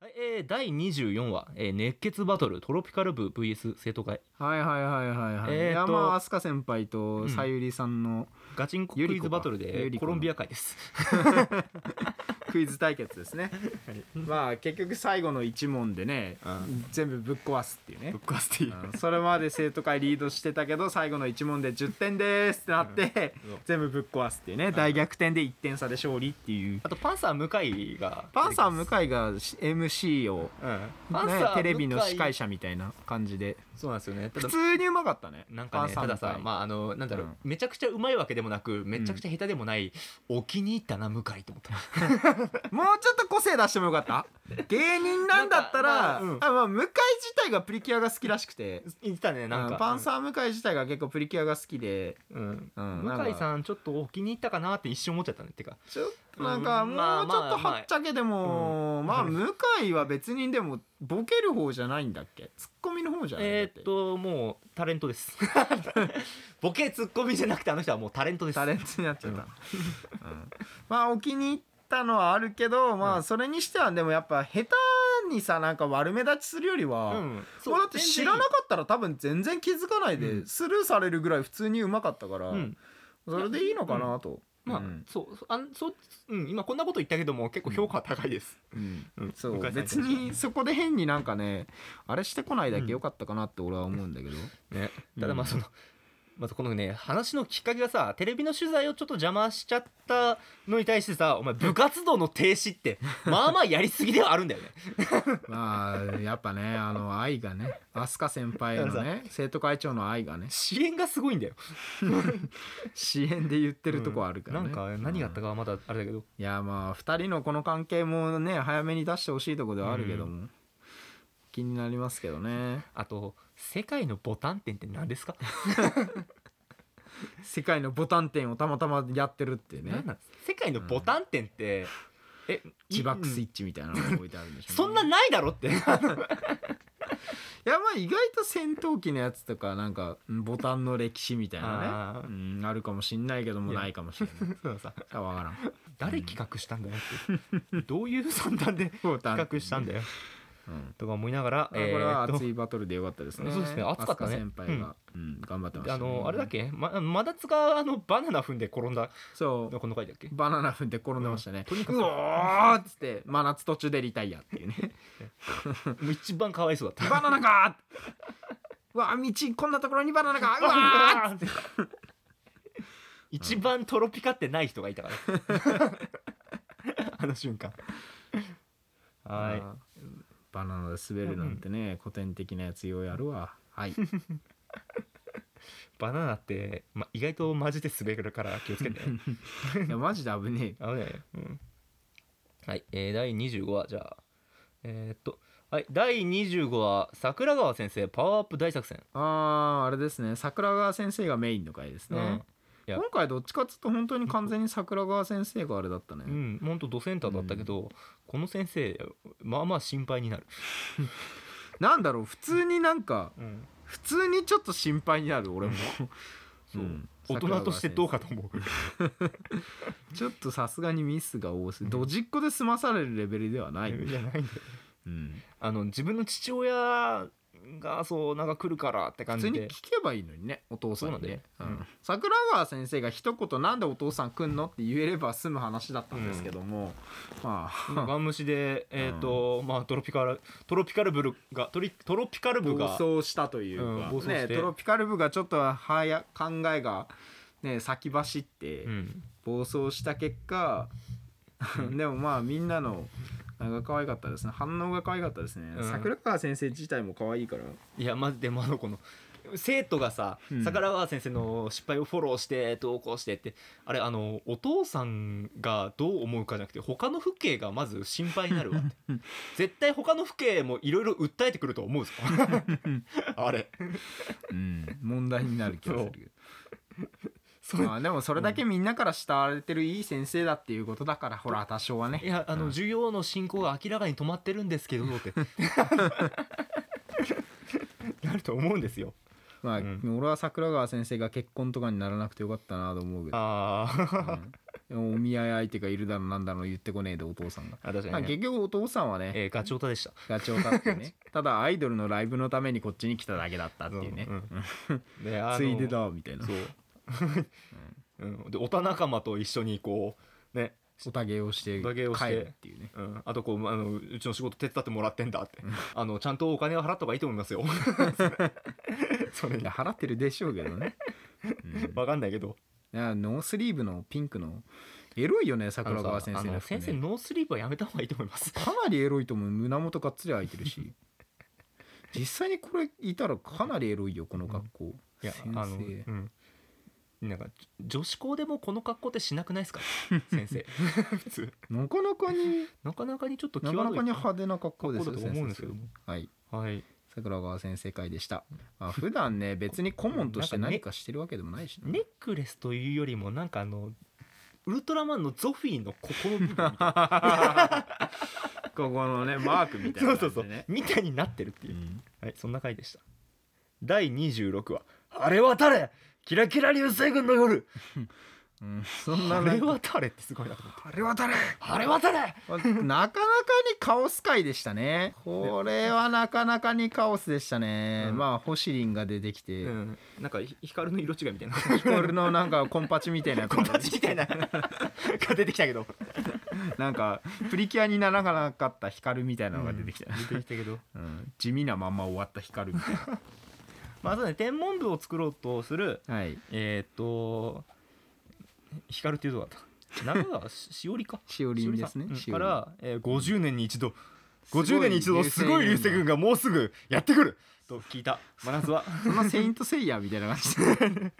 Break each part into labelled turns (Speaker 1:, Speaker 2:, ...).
Speaker 1: はいえー、第24話、えー熱血バトルトロピカル部 VS 生徒会
Speaker 2: はいはいはいはいはい、
Speaker 1: えーと
Speaker 2: 山飛鳥先輩と
Speaker 1: ん
Speaker 2: さゆりさんの
Speaker 1: ガチンコクイズバトル
Speaker 2: ゆ
Speaker 1: で
Speaker 2: り
Speaker 1: コ
Speaker 2: 子か
Speaker 1: ロンビア会です。
Speaker 2: クイズ対決ですね、まあ結局最後の一問でね、
Speaker 1: うん
Speaker 2: 全部ぶっ壊すっていうね
Speaker 1: ぶっ壊すっていう
Speaker 2: うんそれまで生徒会リードしてたけど最後の一問で10点ですってなって、
Speaker 1: うんうん
Speaker 2: 全部ぶっ壊すっていうね、大逆転で1点差で勝利っていう
Speaker 1: あとパンサー向井が
Speaker 2: パンサー向井が MC を、
Speaker 1: うんパンサー
Speaker 2: ね
Speaker 1: 向井、
Speaker 2: テレビの司会者みたいな感じで
Speaker 1: そうなんですよねた
Speaker 2: 普
Speaker 1: だ
Speaker 2: 通にうまかったね
Speaker 1: なんかね
Speaker 2: パ
Speaker 1: た
Speaker 2: ンサ
Speaker 1: だ
Speaker 2: ー
Speaker 1: さ
Speaker 2: 向井
Speaker 1: まああのなんだろう、
Speaker 2: うん
Speaker 1: めちゃくちゃうまいわけでもなくめちゃくちゃ下手でもない、お気に入ったな向井と思った
Speaker 2: もうちょっと個性出してもよ かった芸人なんだった
Speaker 1: な
Speaker 2: ら、
Speaker 1: ん
Speaker 2: あまあ、向井自体がプリキュアが好きらしくて、
Speaker 1: 言ってたねなん
Speaker 2: う
Speaker 1: か
Speaker 2: んパンサー向井自体が結構プリキュアが好きで、
Speaker 1: うん
Speaker 2: うんなんか
Speaker 1: 向井さんちょっとお気に入ったかなって一瞬思っちゃったねってか
Speaker 2: ちょっとなんか、
Speaker 1: うん
Speaker 2: もう
Speaker 1: まあ
Speaker 2: ちょっとはっちゃけでも、
Speaker 1: ま
Speaker 2: ま
Speaker 1: あ
Speaker 2: あ、
Speaker 1: まあ
Speaker 2: 向井は別にでもボケる方じゃないんだっけツッコミの方じゃない
Speaker 1: えー、っともうタレントです ボケツッコミじゃなくてあの人はもうタレントです
Speaker 2: タレントになっちゃった、うんまあお気に入ったのはあるけどま
Speaker 1: う
Speaker 2: あそれにしてはでもやっぱ下手にさなんか悪目立ちするよりは、
Speaker 1: うんそう
Speaker 2: まあだって知らなかったら多分全然気づかないで、
Speaker 1: うん
Speaker 2: スルーされるぐらい普通にうまかったから、
Speaker 1: うん
Speaker 2: それでいいのかなと、
Speaker 1: まあ、
Speaker 2: うん
Speaker 1: そうそあんそう、うん、今こんなこと言ったけども結構評価は高いです、
Speaker 2: うん
Speaker 1: うん
Speaker 2: そう
Speaker 1: 向井さん
Speaker 2: 別にそこで変になんかねあれしてこないだけよかったかなって俺は思うんだけど、
Speaker 1: ね、ただまあその、まずこのね話のきっかけがさテレビの取材をちょっと邪魔しちゃったのに対してさお前部活動の停止ってまあまあやりすぎではあるんだよね
Speaker 2: まあやっぱねあの愛がね飛鳥先輩の
Speaker 1: だか
Speaker 2: ね生徒会長の愛がね
Speaker 1: 支援がすごいんだよ
Speaker 2: 支援で言ってるとこあるからね、
Speaker 1: なんか何があった
Speaker 2: か、
Speaker 1: かはまだあれだけど、
Speaker 2: いやまあ2人のこの関係もね早めに出してほしいとこではあるけども、気になりますけどね
Speaker 1: あと「世界のボタン店って何ですか
Speaker 2: 世界のボタン店をたまたまやってるってね
Speaker 1: 何なんです世界のボタン店って、え
Speaker 2: 自爆スイ
Speaker 1: ッ
Speaker 2: ッチみたいなのが置いてあるんでしょ、うね
Speaker 1: そんないないだろって
Speaker 2: やまあ意外と戦闘機のやつとかなんかうんボタンの歴史みたいな
Speaker 1: あ
Speaker 2: ね
Speaker 1: ー
Speaker 2: うんあるかもしんないけども
Speaker 1: いや
Speaker 2: ないかもしれない
Speaker 1: そうさ
Speaker 2: あ わからん
Speaker 1: 誰企画したんだよってどういう算段で
Speaker 2: ボタン
Speaker 1: 企画したんだよ
Speaker 2: うん
Speaker 1: とか思いながら、
Speaker 2: まあこれは
Speaker 1: えーっと
Speaker 2: 熱いバトルでよかったですね。
Speaker 1: そうですね熱かったね
Speaker 2: 飛鳥先輩が、うん頑張ってました、
Speaker 1: あのあれだっ
Speaker 2: け
Speaker 1: けままだつがあのバナナ踏んで転んだ
Speaker 2: そ
Speaker 1: のこの回だっけ
Speaker 2: う。バナナ踏んで転んでましたね。
Speaker 1: とにかく
Speaker 2: うおーっつって真夏途中でリタイアっていうね。
Speaker 1: もう一番かわいそうだっ
Speaker 2: バナナか ーうわー道こんなところにバナナかーう
Speaker 1: た
Speaker 2: わー
Speaker 1: うわーって 一番トロピカってない人がいたから あの瞬間は
Speaker 2: はい。バナナで滑るなんてね、古典的なやつようやるわ。 はい。
Speaker 1: いバナナって、ま、意外とマジで滑るから気をつけてね
Speaker 2: いやマジで危ねえ。
Speaker 1: あのねうんはい、えー、第25話じゃあえーっとはい第25話桜川先生パワーアップ大作戦
Speaker 2: あーあれですね。桜川先生がメインの回ですね。
Speaker 1: うんいや
Speaker 2: 今回どっちかっつうと本当に完全に桜川先生があれだったね。
Speaker 1: うん、ほんとドセンターだったけど、この先生まあまあ心配になる、
Speaker 2: なんだろう普通になんか
Speaker 1: うん、
Speaker 2: 普通にちょっと心配になる俺も。
Speaker 1: そう、
Speaker 2: うん
Speaker 1: 大人としてどうかと思う
Speaker 2: ちょっとさすがにミスが多すぎドジっ子で済まされるレベルではない、
Speaker 1: じゃ ないんだよ
Speaker 2: うん
Speaker 1: あの自分の父親がそうなんか来るからって
Speaker 2: 普
Speaker 1: 感
Speaker 2: 通
Speaker 1: じ
Speaker 2: に
Speaker 1: で
Speaker 2: 聞けばいいのにねお父さんにね
Speaker 1: そうなんだよね
Speaker 2: うん桜川先生が一言「なんでお父さん来んの?」って言えれば済む話だったんですけども、まあ
Speaker 1: ガン虫でえっ、と、まあトロピカルトロピカルブルがトリトロピカル部
Speaker 2: 暴
Speaker 1: が
Speaker 2: 走したというか、
Speaker 1: うん暴走し
Speaker 2: ね
Speaker 1: て
Speaker 2: トロピカル部がちょっと早考えが、ね、先走って、
Speaker 1: うん
Speaker 2: 暴走した結果 でもまあみんなのなんか可愛かったですね反応が可愛かったですね、
Speaker 1: うん
Speaker 2: 桜川先生自体も可愛いから
Speaker 1: いやまずでもあのこの生徒がさ
Speaker 2: うん
Speaker 1: 桜川先生の失敗をフォローして投稿してってあれあのお父さんがどう思うかじゃなくて他の父兄がまず心配になるわって絶対他の父兄もいろいろ訴えてくると 思うぞあれ
Speaker 2: 問題になる気がする
Speaker 1: そう
Speaker 2: まあでもそれだけみんなから慕われてるいい先生だっていうことだからほら多少はいね
Speaker 1: やあ
Speaker 2: う
Speaker 1: の
Speaker 2: ん
Speaker 1: 授業の進行が明らかに止まってるんですけど ってなると思うんですよ
Speaker 2: まあ、
Speaker 1: うん
Speaker 2: 俺は桜川先生が結婚とかにならなくてよかったなと思うけど、
Speaker 1: ああ
Speaker 2: うんお見合い相手がいるだのなんだの言ってこねえでお父さんが、
Speaker 1: あ確
Speaker 2: ま
Speaker 1: か
Speaker 2: あ、
Speaker 1: にね、
Speaker 2: 結局お父さんはね
Speaker 1: えーガチオタでした
Speaker 2: ガチオタっ てねただアイドルのライブのためにこっちに来ただけだったっていうね、
Speaker 1: うんうんであの
Speaker 2: ついでだみたいな
Speaker 1: そう、 うん、でオタ仲間と一緒にこうね
Speaker 2: おたげをして
Speaker 1: おたげをして
Speaker 2: 帰るっていうね
Speaker 1: うん、あとこうあのうちの仕事手伝ってもらってんだってあのちゃんとお金は払った方がいいと思い ますよそれ
Speaker 2: いや払ってるでしょうけど ね、うん
Speaker 1: わかんないけど
Speaker 2: いやノースリーブのピンクのエロいよ
Speaker 1: あ
Speaker 2: ね
Speaker 1: の
Speaker 2: 桜
Speaker 1: さ
Speaker 2: 川先生
Speaker 1: あ
Speaker 2: の
Speaker 1: の
Speaker 2: 服ね
Speaker 1: 先生ノースリーブはやめた方がいいと思います
Speaker 2: かなりエロいと思う胸元がっつり開いてるし実際にこれいたらかなりエロいよこの格好、
Speaker 1: いや
Speaker 2: 先
Speaker 1: あ
Speaker 2: 生
Speaker 1: の、うん、なんかじ女子校でもこの格好ってしなくないですか先 生普通
Speaker 2: なかな かに
Speaker 1: なかなかにちょっと
Speaker 2: な
Speaker 1: 際
Speaker 2: かな
Speaker 1: ど
Speaker 2: か
Speaker 1: い
Speaker 2: に派手な格好です
Speaker 1: 格好
Speaker 2: よ
Speaker 1: だと思うんですけども
Speaker 2: はい
Speaker 1: はい
Speaker 2: 桜川先生会でした、まあ、普段ね別に顧問として
Speaker 1: なんかね
Speaker 2: 何かしてるわけでもないしね
Speaker 1: ネックレスというよりもなんかあのウルトラマンのゾフィーのここの部分みたいな
Speaker 2: ここのねマークみ
Speaker 1: そうそうそう
Speaker 2: ね
Speaker 1: みたいになってるっていうう、
Speaker 2: ん
Speaker 1: はいそんな回でした第26話「あれは誰キラキラ流星群の夜
Speaker 2: うんそ」んな
Speaker 1: あ
Speaker 2: ね
Speaker 1: れは誰ってすごいなと思って
Speaker 2: あれは誰
Speaker 1: あれは誰
Speaker 2: なかなかにカオス界でしたねこれはなかなかにカオスでしたね、
Speaker 1: うん
Speaker 2: まあホシリンが出てきて、
Speaker 1: うん、なんかひ光の色違いみたいな
Speaker 2: ヒコルのなんかコンパチみたいなやつ
Speaker 1: コンパチみたいなが出てきたけど
Speaker 2: なんかプリキュアにならなかったヒカルみたいなのが出てきた、
Speaker 1: 出てきたけど
Speaker 2: うん地味なまんま終わったヒカルみたい
Speaker 1: まあそうだね天文部を作ろうとする
Speaker 2: なはい
Speaker 1: えーっと光っていうとこだ った中川ししおりか
Speaker 2: しおりんですね
Speaker 1: し
Speaker 2: し
Speaker 1: おりさん
Speaker 2: お
Speaker 1: か
Speaker 2: りん
Speaker 1: ら、えー、50年に一度
Speaker 2: すごい
Speaker 1: 50年に一度すごい流星群がもうすぐやってくると聞いた真夏 は
Speaker 2: そんなセイントセイヤみたいな感じで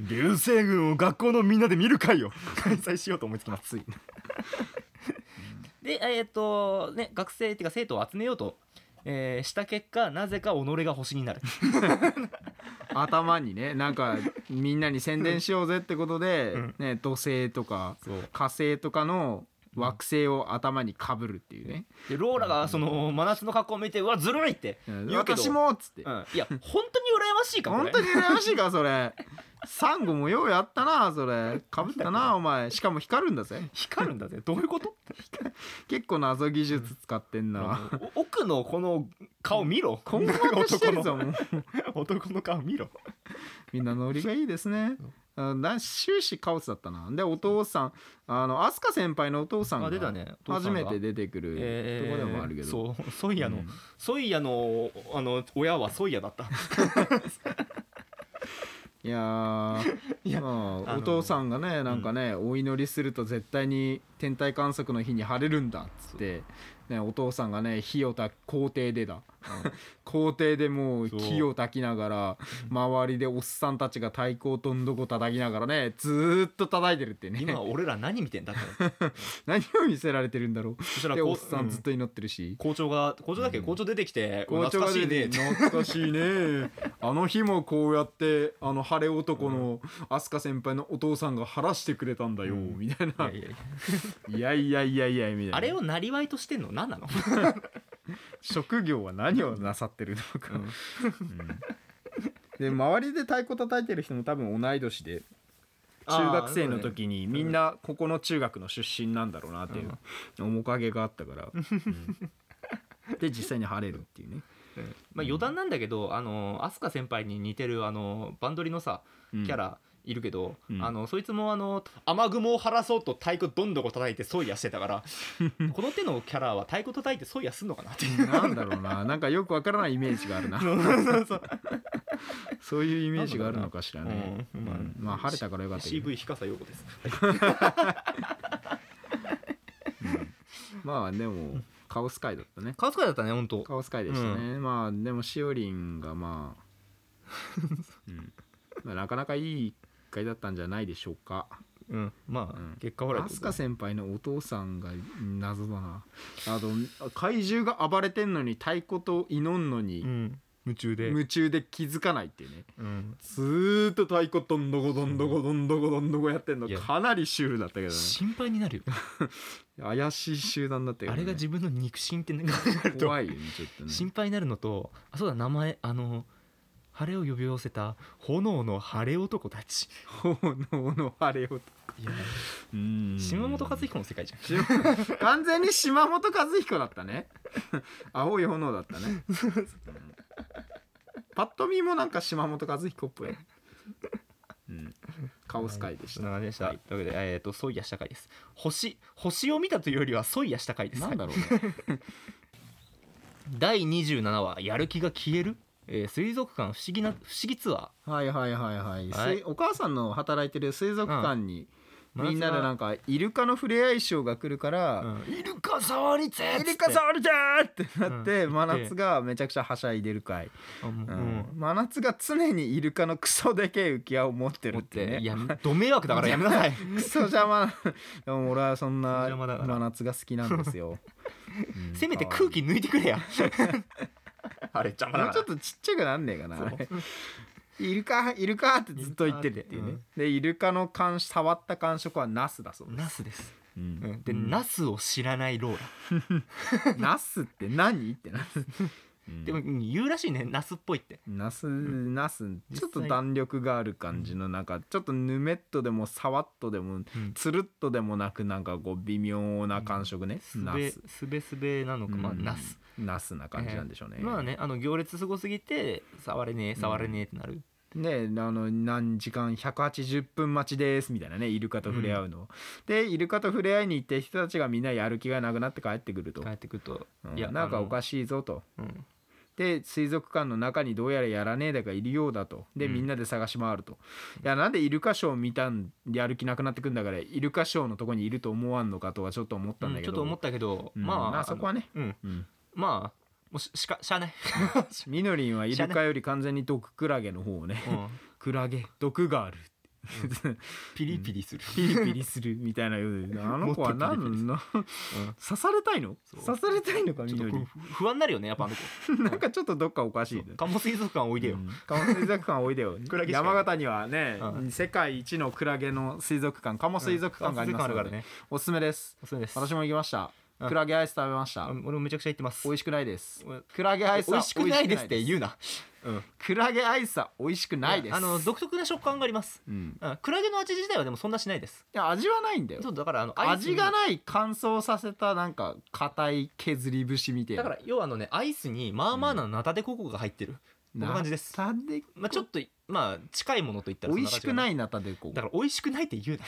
Speaker 1: 流星群を学校のみんなで見る会を 開催しようと思いつきます
Speaker 2: 熱い
Speaker 1: でえーっとね学生っていうか生徒を集めようと、えーした結果なぜか己が星になる
Speaker 2: 頭にねなんかみんなに宣伝しようぜってことで、
Speaker 1: うん
Speaker 2: ね、土星とか
Speaker 1: そう
Speaker 2: 火星とかの惑星を頭にかぶるっていうね、
Speaker 1: でローラがその真夏の格好を見てうわずるいって
Speaker 2: うん
Speaker 1: 言うけど
Speaker 2: 私もっつって、
Speaker 1: うん、いや本当に羨ましいかこ
Speaker 2: 本
Speaker 1: れ
Speaker 2: 当に羨ましいかそ れサンゴもようやったなそれかぶったなお前しかも光るんだぜ
Speaker 1: 光るんだぜどういうこと
Speaker 2: 結構謎技術使ってんな
Speaker 1: お奥のこの顔見 ろ
Speaker 2: 困惑してるぞもう
Speaker 1: 男の顔見ろ
Speaker 2: みんなノリがいいですねあな終始カオスだったなでお父さんあの飛鳥先輩のお父さん
Speaker 1: あ
Speaker 2: が
Speaker 1: 出たねお父さ
Speaker 2: 初
Speaker 1: んが
Speaker 2: めて出てくるとこでもあるけど、
Speaker 1: そうソイヤの、
Speaker 2: うん
Speaker 1: ソイヤのあの親はソイヤだった
Speaker 2: いや ー
Speaker 1: いや
Speaker 2: まあ、
Speaker 1: あの
Speaker 2: お父さんがねなんかね、お祈りすると絶対に天体観測の日に晴れるんだっつって、ね、お父さんがね火をた校庭で だ校庭でもう
Speaker 1: そう
Speaker 2: 火を焚きながら周りでおっさんたちが太鼓をどんどこ叩きながらねずーっと叩いてるっていうね
Speaker 1: 今俺ら何見てんだって
Speaker 2: 何を見せられてるんだろ
Speaker 1: そした
Speaker 2: う
Speaker 1: ら
Speaker 2: でお
Speaker 1: こ
Speaker 2: っさんずっと祈ってるし、
Speaker 1: 校長が校長だっけ、
Speaker 2: うん
Speaker 1: 校長出てきて
Speaker 2: 校長
Speaker 1: 懐
Speaker 2: が
Speaker 1: かし
Speaker 2: 出
Speaker 1: いね
Speaker 2: て
Speaker 1: って
Speaker 2: 懐かしいねあの日もこうやってあの晴れ男の飛鳥先輩のお父さんが晴らしてくれたんだよ、
Speaker 1: うん
Speaker 2: みた いない
Speaker 1: やいやいや
Speaker 2: いやいやいやいやみたいな
Speaker 1: あれをなりわいとしてんの何なの、
Speaker 2: 職業は何をなさってるのか、うんで周りで太鼓叩いてる人も多分同い年で中学生の時にみんなここの中学の出身なんだろうなっていう面影があったから、うんで実際に晴れるっていうね、
Speaker 1: うんまあ、余談なんだけどあの飛鳥先輩に似てるあのバンドリのさ
Speaker 2: うん
Speaker 1: キャラいるけど、
Speaker 2: うん
Speaker 1: あのそいつもあの雨雲を晴らそうと太鼓どんどこ叩いてソイヤしてたから この手のキャラは太鼓叩いてソイヤすんのかなっていう
Speaker 2: なんだろうななんかよくわからないイメージがあるなそういうイメージがあるのかしらね、
Speaker 1: うんまあ
Speaker 2: うんまあ晴れたからよかったけど
Speaker 1: CV 日笠陽子です
Speaker 2: まあでもカオス界だったね
Speaker 1: カオスカだったね本当
Speaker 2: カオス界でしたね、まあでもしおりんがま あ、うんまあ、なかなかいい回だったんじゃないでしょうか
Speaker 1: うんまあ、
Speaker 2: うん
Speaker 1: 結果ほら
Speaker 2: 飛鳥先輩のお父さんが謎だなあと怪獣が暴れてんのに太鼓と祈んの
Speaker 1: う
Speaker 2: に
Speaker 1: ん夢中で、
Speaker 2: 夢中で気づかないっていうね
Speaker 1: うん
Speaker 2: ずーっと太鼓どんどこどんどこどんどこどんどこやってんの
Speaker 1: いや
Speaker 2: かなりシュールだったけどね
Speaker 1: 心配になるよ、
Speaker 2: 怪しい集団だったけど、
Speaker 1: あ
Speaker 2: ね、
Speaker 1: れが自分の肉親って考えると
Speaker 2: 怖いよねちょっとね
Speaker 1: 心配になるのとあそうだ名前あの晴れを呼び寄せた炎の晴れ男たち
Speaker 2: 炎の晴れ男
Speaker 1: い
Speaker 2: うん
Speaker 1: 島本和彦の世界じゃん
Speaker 2: 島完全に島本和彦だったね 青い炎だった ねうんパッと見もなんか島本和彦っぽい、うん、カオス界でし
Speaker 1: そん
Speaker 2: た、
Speaker 1: な感じでした、
Speaker 2: はい
Speaker 1: というわけで、えー、とソイヤした回です星星を見たというよりはソイヤした回です
Speaker 2: なんだ
Speaker 1: はい
Speaker 2: ろうね
Speaker 1: 第27話「やる気が消える」えー水族館不思議な不思議ツア
Speaker 2: はいはいはいはい、
Speaker 1: はい
Speaker 2: 水お母さんの働いてる水族館に、
Speaker 1: うん
Speaker 2: みんなでなんかイルカの触れ合いショーが来るから、
Speaker 1: ー、うんイルカ触りてーっつ
Speaker 2: イ
Speaker 1: って
Speaker 2: ルカ触るじゃーってなって、
Speaker 1: うん
Speaker 2: 真夏がめちゃくちゃはしゃいでるかい、
Speaker 1: あもう
Speaker 2: う
Speaker 1: うんん
Speaker 2: 真夏が常にイルカのクソでけえ浮き輪を持ってる
Speaker 1: 思
Speaker 2: っ
Speaker 1: ってて
Speaker 2: ね
Speaker 1: いやど迷惑だからやめなさい
Speaker 2: クソ邪 魔なでも俺はそんな
Speaker 1: クソ邪魔だから
Speaker 2: 真夏が好きなんで すよ、うん
Speaker 1: せめて空気抜いてくれやあれ邪魔
Speaker 2: も
Speaker 1: だ
Speaker 2: うちょ
Speaker 1: か
Speaker 2: っとちっちゃくなんねえかな
Speaker 1: らそう
Speaker 2: イルカイルカってずっと言ってるっていう
Speaker 1: イルカ
Speaker 2: ね
Speaker 1: っ
Speaker 2: でイルカの感触った感触はナスだそうです
Speaker 1: ナスです、
Speaker 2: うん
Speaker 1: うん、で、ナスを知らないローラ
Speaker 2: ナスって何ってな る、
Speaker 1: でも、うん言うらしいねナスっぽいって
Speaker 2: ナスナス
Speaker 1: 実際
Speaker 2: ちょっと弾力がある感じのなんかちょっとぬめっとでもさわっとでも
Speaker 1: うん
Speaker 2: つるっとでもなくなんかこう微妙な感触ね、
Speaker 1: す
Speaker 2: ナ
Speaker 1: べ
Speaker 2: ス
Speaker 1: すべすべなのかまあ
Speaker 2: うん
Speaker 1: ナス
Speaker 2: ナスな感じなんでしょうね、
Speaker 1: まあねあの行列すごすぎて触れねえ触れねえってなる、
Speaker 2: ねあの何時間180分待ちですみたいなねイルカと触れ合うの、でイルカと触れ合いに行って人たちがみんなやる気がなくなって帰ってくると
Speaker 1: 帰、ってくると、
Speaker 2: うん
Speaker 1: いや
Speaker 2: なんかお
Speaker 1: しい、
Speaker 2: かしいぞと
Speaker 1: うん
Speaker 2: で水族館の中にどうやらやらねえだがいるようだとで
Speaker 1: うん
Speaker 2: みんなで探し回ると、いやなんでイルカショー見たんやる気なくなってくんだからイルカショーのとこにいると思わんのかとはちょっと思ったん
Speaker 1: う
Speaker 2: だ
Speaker 1: ん
Speaker 2: け
Speaker 1: ちょっ
Speaker 2: ど、
Speaker 1: と思ったけど、
Speaker 2: うん
Speaker 1: ま
Speaker 2: ま
Speaker 1: あ
Speaker 2: あそこはね、
Speaker 1: うん
Speaker 2: うん
Speaker 1: まあもうししかしゃあない、
Speaker 2: みのりんはイルカより完全に毒クラゲの方をね、
Speaker 1: うん、
Speaker 2: クラゲ毒がある
Speaker 1: ピリピリする、
Speaker 2: ピリピリするみたいなよう であの子は
Speaker 1: もっとピリピリ
Speaker 2: 何の刺されたいの
Speaker 1: そう
Speaker 2: 刺されたいのか
Speaker 1: うん
Speaker 2: み
Speaker 1: ちょ
Speaker 2: の
Speaker 1: っと
Speaker 2: り
Speaker 1: こう不安になるよねやっぱあの子
Speaker 2: なんかちょっとどっかおかしいね
Speaker 1: 関水族館おいでよ、
Speaker 2: うん鴨水族館おいでよ
Speaker 1: クラゲしかいない
Speaker 2: 山形にはね、
Speaker 1: う
Speaker 2: 世界一のクラゲの水族館鴨水族館があります
Speaker 1: る
Speaker 2: の
Speaker 1: か
Speaker 2: で、
Speaker 1: らね
Speaker 2: おすすめです
Speaker 1: おすすめです
Speaker 2: 私も行きました、
Speaker 1: うん
Speaker 2: クラゲアイス食べました、
Speaker 1: あ俺もめちゃくちゃ行ってます
Speaker 2: 美味
Speaker 1: し
Speaker 2: しくないです
Speaker 1: おい
Speaker 2: クラゲアイスは
Speaker 1: くないですって
Speaker 2: う
Speaker 1: 言うな、うん、
Speaker 2: クラゲアイスは美味しくないです
Speaker 1: あの独特な食感があります、
Speaker 2: うん
Speaker 1: うん、クラゲの味自体はでもそんなしないです
Speaker 2: いや味はないんだよ
Speaker 1: そうだからあのアイス
Speaker 2: 味
Speaker 1: に
Speaker 2: がない乾燥させたなんか硬い削り節みたいな
Speaker 1: だから要はあのねアイスにまあまあなナタデココが入ってる、こんな感じです
Speaker 2: ナタデコ
Speaker 1: まあ、ちょっとまあ近いものといったら
Speaker 2: 美味しくないいナタデココ
Speaker 1: だから美味しくないって言う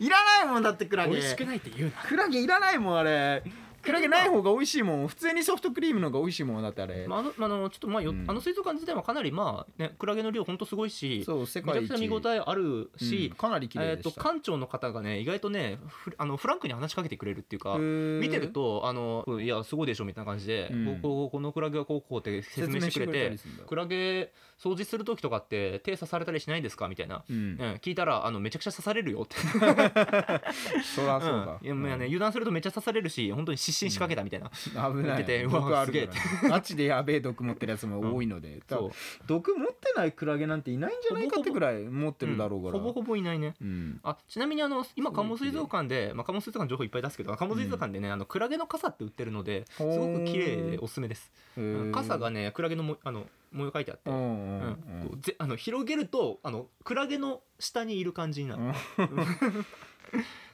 Speaker 2: いらないもんだってクラ
Speaker 1: な
Speaker 2: ゲ
Speaker 1: 美味しくないって言うな
Speaker 2: クラゲいらないもんあれクラゲない方が美味しいもん普通にソフトクリームの方が美味しいもんだってあれ、
Speaker 1: まあ、あのまああのちょっとまあよ、
Speaker 2: うん
Speaker 1: あの水族館自体はかなりまあねクラゲの量ほんとすごいし
Speaker 2: そう世
Speaker 1: めちゃ
Speaker 2: 界
Speaker 1: く
Speaker 2: 一
Speaker 1: ちゃ見応えある
Speaker 2: う
Speaker 1: し
Speaker 2: ん、かなり綺麗
Speaker 1: えー、
Speaker 2: で
Speaker 1: と
Speaker 2: した、
Speaker 1: 館長の方がね意外とねフあのフランクに話しかけてくれるっていうか、見
Speaker 2: 見
Speaker 1: てるとあのいやすごいでしょみたいな感じで、
Speaker 2: うん
Speaker 1: こうこうこのクラゲはこうこうって説明してくれてクラゲ掃除する時とかって手刺されたりしないんですかみたいな、
Speaker 2: うん
Speaker 1: うん、聞いたらあのめちゃくちゃ刺されるよって
Speaker 2: そりゃそうだ、
Speaker 1: んいやもうね、油断するとめっちゃ刺されるし本当に失神しかけたみたいな、
Speaker 2: うん危な
Speaker 1: 見てて
Speaker 2: いう
Speaker 1: わ
Speaker 2: 毒ある
Speaker 1: すげえ
Speaker 2: からガチでやべえ毒持ってるやつも多いので、多
Speaker 1: そ
Speaker 2: 分
Speaker 1: う
Speaker 2: 毒持ってないクラゲなんていないんじゃないかってぐらい持ってるだろうから
Speaker 1: ほぼほぼいないね
Speaker 2: うん
Speaker 1: あちなみにあの今
Speaker 2: すごい
Speaker 1: 鴨水族館で、まあ、鴨水族館の情報いっぱい出すけど鴨水族館でね、あのクラゲの傘って売ってるのです
Speaker 2: ほ
Speaker 1: ご
Speaker 2: ー
Speaker 1: く綺麗でおすすめです、
Speaker 2: へ
Speaker 1: うん
Speaker 2: ー
Speaker 1: 傘がねクラゲのもあの模様書いてあって、
Speaker 2: う
Speaker 1: うん
Speaker 2: んうんう
Speaker 1: こうんぜあの広げるとあのクラゲの下にいる感じになる、
Speaker 2: う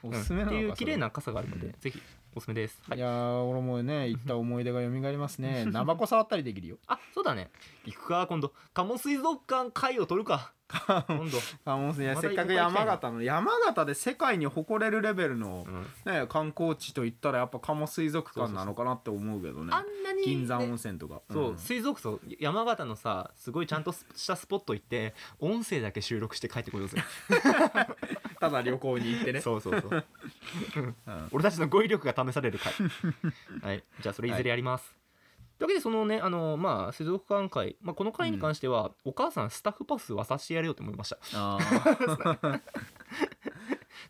Speaker 1: うんん
Speaker 2: おすすめ
Speaker 1: っ
Speaker 2: なのか
Speaker 1: ていう綺麗
Speaker 2: それ
Speaker 1: な傘があるので、ぜひおすすめです、はいい、
Speaker 2: やー俺もね行った思い出が蘇ります ねナマコ触ったりできるよ
Speaker 1: あそうだね行くか今度鴨水族館会を取る か今度、
Speaker 2: あもうね、
Speaker 1: また
Speaker 2: せっかく山形の山形で世界に誇れるレベルの、
Speaker 1: うん
Speaker 2: ね、観光地といったらやっぱ鴨水族館なのかなって思うけどね
Speaker 1: あんなに、
Speaker 2: 銀山
Speaker 1: ね
Speaker 2: 温泉とか
Speaker 1: そう、
Speaker 2: ん
Speaker 1: 水族と山形のさすごいちゃんとしたスポット行って音声だけ収録して帰ってこようぜ
Speaker 2: ただ旅行に行 ってね
Speaker 1: そうそうそう
Speaker 2: うん
Speaker 1: 俺たちの語彙力が試される 回はいじゃあそれいずれやります、というわけでそのねあのまあ水族館会、まあ、この回に関しては、お母さんスタッフパス渡してやれよと思いました
Speaker 2: あー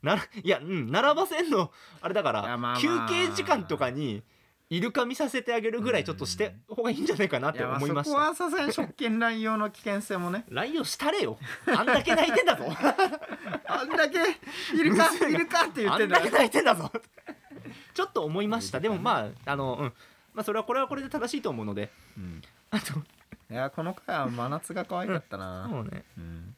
Speaker 1: ならいやうん並ばせんのあれだから、
Speaker 2: いやまあまあ
Speaker 1: 休憩時間とかにイルカ見させてあげるぐらいちょっとしてほうがいいんじゃないかなっ
Speaker 2: い
Speaker 1: て
Speaker 2: やまあ
Speaker 1: 思いまし
Speaker 2: そこ
Speaker 1: た
Speaker 2: はさすがに食券乱用の危険性もね
Speaker 1: ライオンしたれよあんだけ泣いてんだぞ
Speaker 2: あんだけいるか いるかって言
Speaker 1: あ
Speaker 2: って
Speaker 1: ん
Speaker 2: んだ
Speaker 1: だ
Speaker 2: か
Speaker 1: け
Speaker 2: ら
Speaker 1: 泣いてんだぞちょっと思いましたでもまああのうんまあそれはこれはこれで正しいと思うので
Speaker 2: うん
Speaker 1: あと
Speaker 2: いやこの回は真夏が可愛かったな、
Speaker 1: そうね
Speaker 2: うん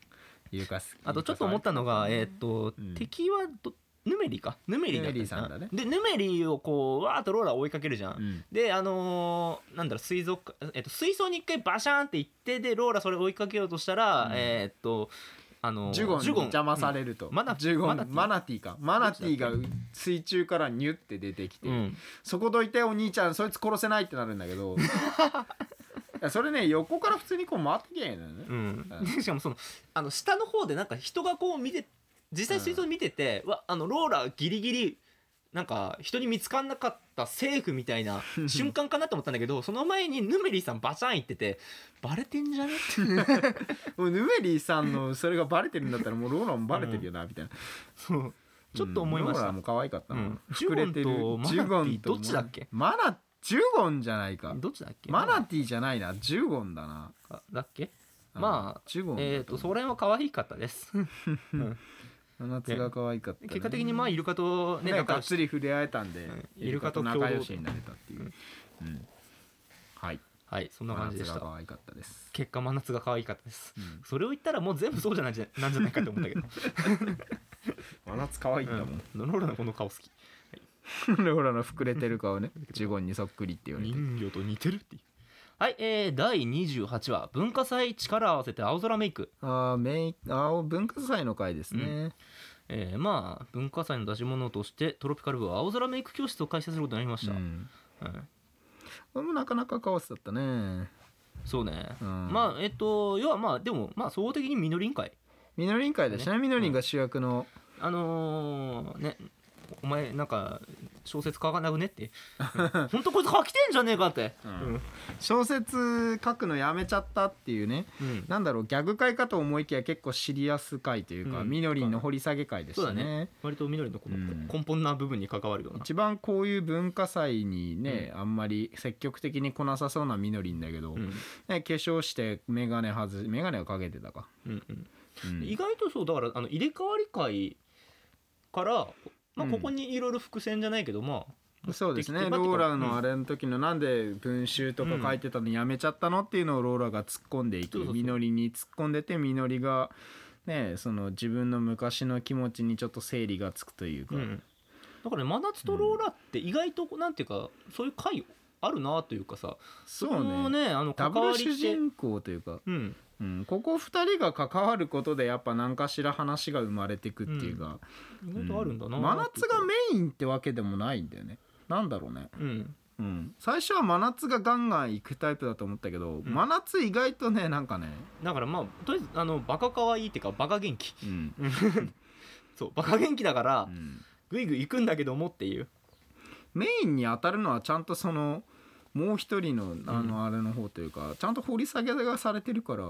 Speaker 2: ゆうかす
Speaker 1: あとちょっと思ったのが、えーっと
Speaker 2: うん
Speaker 1: 敵はどヌメリかヌメリだった
Speaker 2: ヌメリさんだね
Speaker 1: でヌメリをこうわーっとローラー追いかけるじゃん、
Speaker 2: うん
Speaker 1: であのーなんだろう水族館、えっと水槽に一回バシャーンって行ってでローラそれ追いかけようとしたら、
Speaker 2: うん
Speaker 1: えーっとあのー
Speaker 2: ジュゴンに邪魔さ
Speaker 1: る、
Speaker 2: れると、
Speaker 1: マナ
Speaker 2: ジュゴン
Speaker 1: マ
Speaker 2: マ
Speaker 1: ナ
Speaker 2: ナ
Speaker 1: ティー
Speaker 2: ティーかマナティーが水中からニュって出てきて、
Speaker 1: うん
Speaker 2: そこどいてお兄ちゃんそいつ殺せないってなるんだ けどいやそれね横から普通にこう回ってきゃいいのよね、
Speaker 1: うん
Speaker 2: うん
Speaker 1: でし かもそのあの下の方でなんか人がこう見て実際水槽見てて、わあのローラギリギリなんか人に見つかんなかったセーフみた いな瞬間かなと思ったんだけどその前にヌメリさんバシャン行っててバレてんじゃねって
Speaker 2: もうヌメリーさんのそれがバレてるんだったらもうローラもバレてるよなみたいな、
Speaker 1: そうちょっと思いまし
Speaker 2: うんロー
Speaker 1: た、
Speaker 2: ラも可愛かったな、
Speaker 1: うん
Speaker 2: 膨れて
Speaker 1: ジ
Speaker 2: る
Speaker 1: ュゴンとマナティー
Speaker 2: ジュゴンと
Speaker 1: どっちだっけ
Speaker 2: マナジュゴンじゃないか
Speaker 1: どっちだっけ
Speaker 2: マナティーじゃないなジュゴンだな
Speaker 1: あだっけまあ
Speaker 2: ジュゴンだ思う
Speaker 1: えー、とそれは可愛かった です、うん
Speaker 2: 真夏が可愛かった、ね、
Speaker 1: 結果的にまあイルカとね
Speaker 2: ね、が
Speaker 1: 仲
Speaker 2: っ
Speaker 1: 良
Speaker 2: つ
Speaker 1: し
Speaker 2: り触れ合えたんで、
Speaker 1: うん
Speaker 2: イルカと
Speaker 1: イルカと共
Speaker 2: 仲
Speaker 1: 同
Speaker 2: 良しになれたっていう、うんはい
Speaker 1: はいそんな
Speaker 2: 真
Speaker 1: 感じで
Speaker 2: 夏
Speaker 1: し
Speaker 2: が
Speaker 1: た
Speaker 2: 可愛かったです、
Speaker 1: 結果真夏が可愛かったです
Speaker 2: うん、
Speaker 1: それを言ったらもう全部そうじゃないんじゃなんじゃないかと思ったけど、
Speaker 2: 真夏可愛いんだもん、
Speaker 1: うん、ローラのこの顔好き
Speaker 2: ローラの膨れてる顔ねジュゴンにそっくりって言われて
Speaker 1: 人魚と似てるっていうはい、えー、第28話文化祭力合わせて青空メイク、
Speaker 2: あーメイあー文化祭の回ですね、
Speaker 1: えー、まあ文化祭の出し物としてトロピカル部は青空メイク教室を開催することになりました、
Speaker 2: う
Speaker 1: うん
Speaker 2: んこれもなかなかカオスだったね、
Speaker 1: そうね、
Speaker 2: うん、
Speaker 1: まあえっ、と要はまあでもまあ総合的にみのりん会
Speaker 2: みのりん会でしねみのりんが主役の、
Speaker 1: あのー、ねお前なんか小説書かなくねって 本当こいつ書きてんじゃねえかって、
Speaker 2: うん小説書くのやめちゃったっていうね
Speaker 1: うん
Speaker 2: なんだろうギャグ会かと思いきや結構シリアス会というか、
Speaker 1: うん
Speaker 2: みのりんの掘り下げ会でし
Speaker 1: そうだ
Speaker 2: たね
Speaker 1: ね割とみのりのこの
Speaker 2: うん
Speaker 1: 根本な部分に関わるような、
Speaker 2: 一番こういう文化祭にね、あんまり積極的に来なさそうなみのりんだけど、
Speaker 1: うん
Speaker 2: ね、化粧して眼鏡外し眼鏡をかけてたか、
Speaker 1: うんうん
Speaker 2: うん
Speaker 1: 意外とそうだからあの入れ替わり会から、まあ、
Speaker 2: うん
Speaker 1: ここにいろいろ伏線じゃないけど、まあ
Speaker 2: そうですね
Speaker 1: できて
Speaker 2: ローラ
Speaker 1: うん
Speaker 2: のあれの時のなんで文集とか書いてたのやめちゃったのっていうのをローラが突っ込んでいく
Speaker 1: そうそうそう
Speaker 2: みのりに突っ込んでてみのりがねその自分の昔の気持ちにちょっと整理がつくというか、
Speaker 1: うんだからね真夏とローラって意外となんていうかそういう会あるなというかさ
Speaker 2: そう
Speaker 1: この
Speaker 2: ね
Speaker 1: ねあの
Speaker 2: ダ
Speaker 1: 関
Speaker 2: ブ
Speaker 1: わ
Speaker 2: ル
Speaker 1: りっ
Speaker 2: 主
Speaker 1: て、
Speaker 2: 人公というか、
Speaker 1: うん、
Speaker 2: うん、ここ2人が関わることでやっぱ何かしら話が生まれてくっていうか、
Speaker 1: 意外とあるんだな、
Speaker 2: 真夏がメインってわけでもないんだよねなんだろうね、
Speaker 1: うん
Speaker 2: うん、最初は真夏がガンガン行くタイプだと思ったけど、真夏意外とねなんかね、
Speaker 1: だからまあとりあえずあのバカ可愛いっていうかバカ元気
Speaker 2: うん
Speaker 1: そうバカ元気だから、
Speaker 2: うん
Speaker 1: ぐいぐい行くんだけどもっていう
Speaker 2: メインに当たるのはちゃんとそのもう一人のあのあれの方というか、ちゃんと掘り下げがされてるから、
Speaker 1: う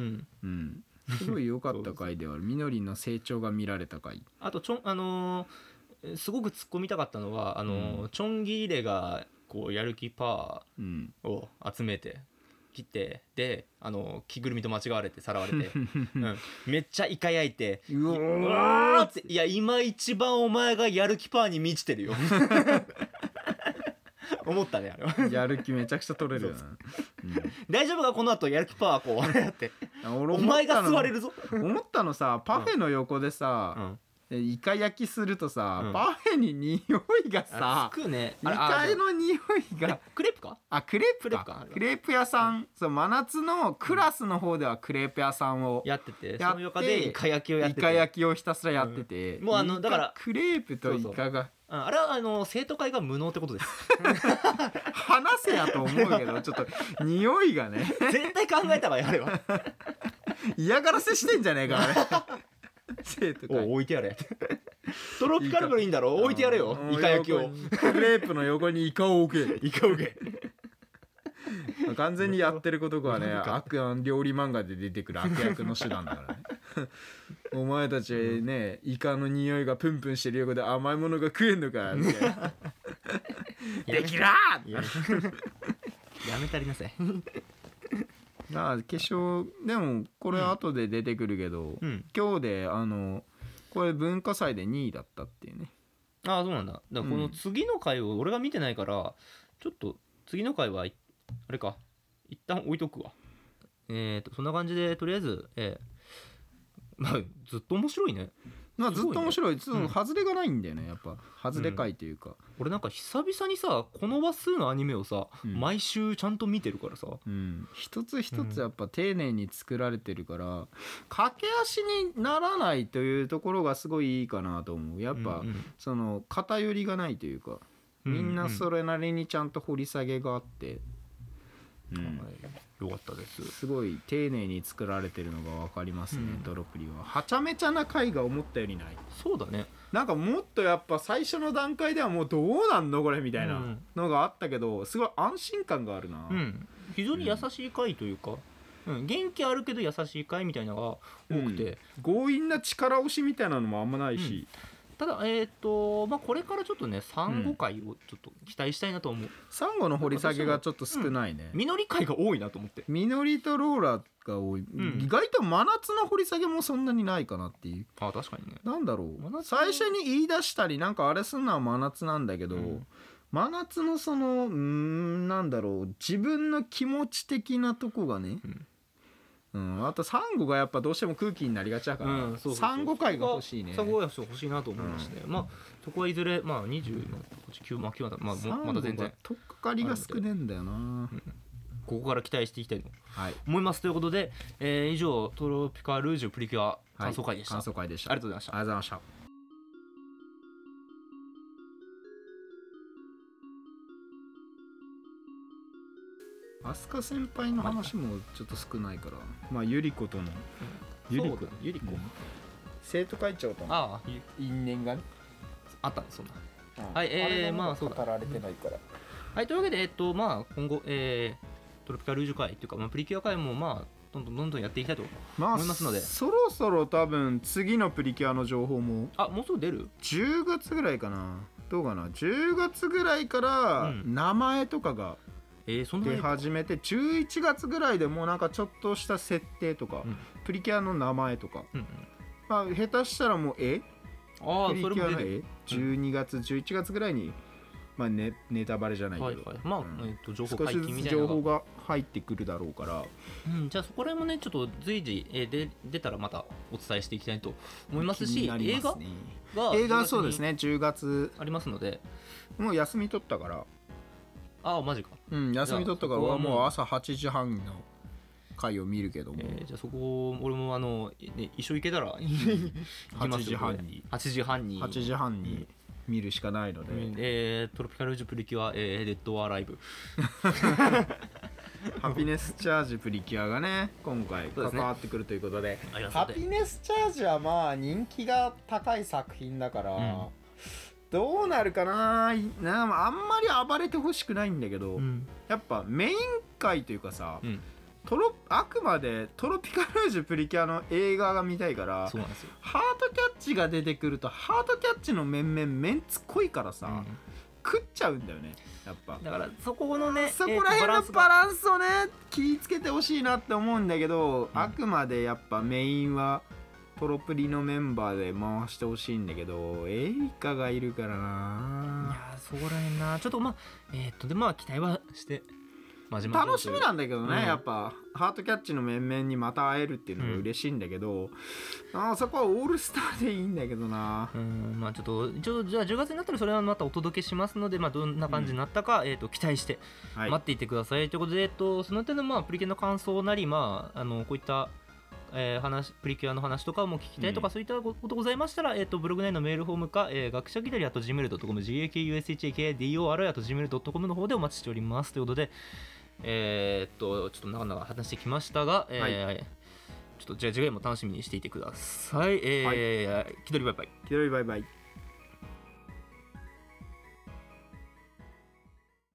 Speaker 1: ん
Speaker 2: うん、すごい良かった回ではあるみのりの成長が見られた回
Speaker 1: あとちょんあのーすごく突っ込みたかったのはあのー
Speaker 2: うん
Speaker 1: チョンギーレがこうやる気パワー
Speaker 2: うん
Speaker 1: を集めて切ってであの着ぐるみと間違われてさらわ れて、うん、めっちゃイカ焼いて
Speaker 2: うお
Speaker 1: 「う
Speaker 2: ー
Speaker 1: わ!」って「いや今一番お前がやる気パーに満ちてるよ」 思ったねあれは
Speaker 2: やる気めちゃくちゃ取れるよな、
Speaker 1: 大丈夫かこの後やる気パワーこうあれやって
Speaker 2: うん俺
Speaker 1: お
Speaker 2: 思っ
Speaker 1: 前
Speaker 2: た
Speaker 1: が
Speaker 2: の
Speaker 1: 吸われるぞ、
Speaker 2: 思ったのさパフェの横で
Speaker 1: う
Speaker 2: さ、
Speaker 1: ん、
Speaker 2: イカ焼きするとさ、
Speaker 1: うん
Speaker 2: パフェに匂いが
Speaker 1: あ
Speaker 2: さ
Speaker 1: つくね
Speaker 2: イ
Speaker 1: あれあ
Speaker 2: カ
Speaker 1: れ
Speaker 2: の匂いが
Speaker 1: クレープか
Speaker 2: あクレー
Speaker 1: ク
Speaker 2: プか
Speaker 1: レープか
Speaker 2: クレープ屋さん、そう真夏のクラスの方ではクレープ屋さんを
Speaker 1: やってて
Speaker 2: やって
Speaker 1: その横でイカ焼きをやっ
Speaker 2: イ
Speaker 1: てて
Speaker 2: カ焼きをひたすらやってて、
Speaker 1: うんもうあの
Speaker 2: イカ
Speaker 1: だから
Speaker 2: クレープとイカが
Speaker 1: うんあれはあの生徒会が無能ってことです
Speaker 2: 話せやと思う けどちょっと匂いがね
Speaker 1: 絶対考えたわよあれは
Speaker 2: 嫌がらせしてんじゃねえ かあれ生徒会
Speaker 1: お置いてや れトロピカルブルいいんだろ置いてやれよ
Speaker 2: うん
Speaker 1: イカ焼きを
Speaker 2: クレープの横にイカを置け
Speaker 1: イカ 受け
Speaker 2: 完全にやってることがね
Speaker 1: なんか
Speaker 2: 悪料理漫画で出てくる悪役の手段だからね お前たちねイカの匂いがプンプンしてる横で甘いものが食えんのかみたいなできらー
Speaker 1: やめたりなさ い
Speaker 2: まあ化粧でもこれ後で出てくるけど、
Speaker 1: うん
Speaker 2: 今日であのこれ文化祭で2位だったっていうね
Speaker 1: ああそうなんだだからこの次の回を俺が見てないからちょっと次の回はいあれか一旦置いとくわえー、とそんな感じでとりあえず、えーまあ、ずっと面白いね
Speaker 2: まあずっと面白い、
Speaker 1: ね
Speaker 2: その外れがないんだよねやっぱ外れ回というか、
Speaker 1: 俺なんか久々にさこの話数のアニメをさ、
Speaker 2: うん
Speaker 1: 毎週ちゃんと見てるからさ
Speaker 2: うん、一つ一つやっぱ丁寧に作られてるから、駆け足にならないというところがすごいいいかなと思うやっぱ、
Speaker 1: うんうん
Speaker 2: その偏りがないというかみんなそれなりにちゃんと掘り下げがあって、うん
Speaker 1: うんはいよかったです
Speaker 2: すごい丁寧に作られてるのが分かりますね、
Speaker 1: うん
Speaker 2: ドロプリははちゃめちゃな回が思ったよりない
Speaker 1: そうだね
Speaker 2: なんかもっとやっぱ最初の段階ではもうどうなんのこれみたいうなんのがあったけどすごい安心感があるな、
Speaker 1: うん非常に優しい回というか、うん、元気あるけど優しい回みたいなのが多くて、
Speaker 2: う強引な力押しみたいなのもあんまないし、
Speaker 1: ただえっ、とまあこれからちょっとね産後回をちょっと期待したいなと思う、
Speaker 2: サンゴの掘り下げがちょっと少ないね、
Speaker 1: 実り回が多いなと思って
Speaker 2: ミノリとローラが多い、
Speaker 1: ん
Speaker 2: 意外と真夏の掘り下げもそんなにないかなっていう
Speaker 1: あ確かにね
Speaker 2: なんだろ
Speaker 1: 真夏
Speaker 2: う
Speaker 1: の
Speaker 2: 最初に言い出したりなんかあれすんのは真夏なんだけど、
Speaker 1: うん
Speaker 2: 真夏のそのうーんなんだろう自分の気持ち的なとこがね、うんあとサンゴがやっぱどうしても空気になりがちだから、
Speaker 1: うんそうそうそう
Speaker 2: サンゴ界が欲しいね
Speaker 1: 産後回が欲しいなと思いまして、まあそこはいずれまあ20の9まあ9まだまあ
Speaker 2: サン
Speaker 1: も
Speaker 2: ゴ
Speaker 1: まだ
Speaker 2: が
Speaker 1: 全然
Speaker 2: とっかかりが少ねえんだよな、
Speaker 1: ここから期待していきたいと
Speaker 2: はい
Speaker 1: 思いますということで、えー以上トロピカルージュプリキュア感想会でした、
Speaker 2: 感想会でした
Speaker 1: ありがとうございました
Speaker 2: ありがとうございました飛鳥先輩の話もちょっと少ないからまあゆり子とのゆり
Speaker 1: そ
Speaker 2: 子
Speaker 1: うだゆり子
Speaker 2: うん生徒会長との
Speaker 1: ああゆ
Speaker 2: 因縁がね
Speaker 1: あったねそんな
Speaker 2: は
Speaker 1: はいえーまあそうだ
Speaker 2: 語られてないから
Speaker 1: はいというわけでえっとまあ今後えートロピカルージュ会っていうか、まあ、プリキュア会もまあどんどんどんどんやっていきたいと
Speaker 2: まあ
Speaker 1: 思いますので
Speaker 2: そろそろ多分次のプリキュアの情報も
Speaker 1: あもうすぐ出る
Speaker 2: 10月ぐらいかなどうかな10月ぐらいから
Speaker 1: うん
Speaker 2: 名前とかが
Speaker 1: えー、そんな
Speaker 2: 出
Speaker 1: に
Speaker 2: 始めて11月ぐらいでもうなんかちょっとした設定とか、
Speaker 1: うん
Speaker 2: プリキュアの名前とか、
Speaker 1: うんうん
Speaker 2: まあ、下手したらもう絵
Speaker 1: ああ
Speaker 2: プリキ
Speaker 1: それも
Speaker 2: ュア
Speaker 1: 出
Speaker 2: の
Speaker 1: てる
Speaker 2: 絵12月11月ぐらいに、まあね、ネタバレじゃない
Speaker 1: はい
Speaker 2: け
Speaker 1: は
Speaker 2: ど、
Speaker 1: いまあ、
Speaker 2: うん
Speaker 1: えっと情報
Speaker 2: 少
Speaker 1: 解
Speaker 2: し
Speaker 1: 禁み
Speaker 2: ずつ
Speaker 1: たいな
Speaker 2: 情
Speaker 1: のが
Speaker 2: 報が入ってくるだろうから
Speaker 1: うん、じゃあそこら辺もねちょっと随時、えー、で出たらまたお伝えしていきたいと思います
Speaker 2: 気
Speaker 1: し
Speaker 2: になり
Speaker 1: 映
Speaker 2: ま
Speaker 1: 画
Speaker 2: すね
Speaker 1: が
Speaker 2: 映画そうですね10月
Speaker 1: ありますので
Speaker 2: もう休み取ったから、
Speaker 1: ああマジか、
Speaker 2: うん、休み取ったから俺は
Speaker 1: そこはも
Speaker 2: も
Speaker 1: う
Speaker 2: う朝8時半の回を見るけども、
Speaker 1: えーじゃあそこ俺もあの、ね、一緒行けた ら行きます
Speaker 2: 8時半に
Speaker 1: 8時半に
Speaker 2: 8時半に見るしかないので、
Speaker 1: うんえートロピカルジュプリキュア、えー、レッドアライブ
Speaker 2: ハピネスチャージプリキュアがね今回
Speaker 1: そうで
Speaker 2: 関
Speaker 1: すね
Speaker 2: わってくるということで
Speaker 1: あります
Speaker 2: ハ
Speaker 1: の
Speaker 2: ピ
Speaker 1: で
Speaker 2: ネスチャージはまあ人気が高い作品だから、
Speaker 1: うん
Speaker 2: どうなるかないなああんまり暴れてほしくないんだけど、
Speaker 1: うん
Speaker 2: やっぱメイン回というかさ、
Speaker 1: うん
Speaker 2: トロあくまでトロピカルージュプリキュアの映画が見たいから
Speaker 1: そうなんですよ、
Speaker 2: ハートキャッチが出てくるとハートキャッチの面々メンツ濃いからさ、
Speaker 1: うん
Speaker 2: 食っちゃうんだよねやっぱ
Speaker 1: だからそこのね
Speaker 2: そこら
Speaker 1: えー
Speaker 2: 辺
Speaker 1: と
Speaker 2: の
Speaker 1: ス
Speaker 2: バ
Speaker 1: が
Speaker 2: ランスをね気ぃつけてほしいなって思うんだけど、
Speaker 1: うん
Speaker 2: あくまでやっぱメインはトロプリのメンバーで回してほしいんだけどエイカがいるから
Speaker 1: い
Speaker 2: な
Speaker 1: やーそこら辺なちょっとまあえーっとでまあ期待はしてまじまじ
Speaker 2: 楽しみなんだけどね、
Speaker 1: うん
Speaker 2: やっぱハートキャッチの面々にまた会えるっていうのが嬉しいんだけど、あーそこはオールスターでいいんだけどな
Speaker 1: うんまあちょっと一応じゃあ10月になったらそれはまたお届けしますので、まあ、どんな感じになったか、えー、と期待して
Speaker 2: はい、
Speaker 1: 待っていてください、ということで、えっと、その点の、まあ、プリキュアの感想なり、まあ、あのこういった、えー話プリキュアの話とかも聞きたいとか、
Speaker 2: うん
Speaker 1: そういったことございましたら、えっと、ブログ内のメールフォームか、えー学者ギタリあと gmail.com gakushakador あと gmail.com の方でお待ちしておりますということでえーっとちょっと長々話してきましたが、えーちょっとじゃあ次回も楽しみにしていてください。えー、気取りバイバイ。
Speaker 2: ひどいバイバイ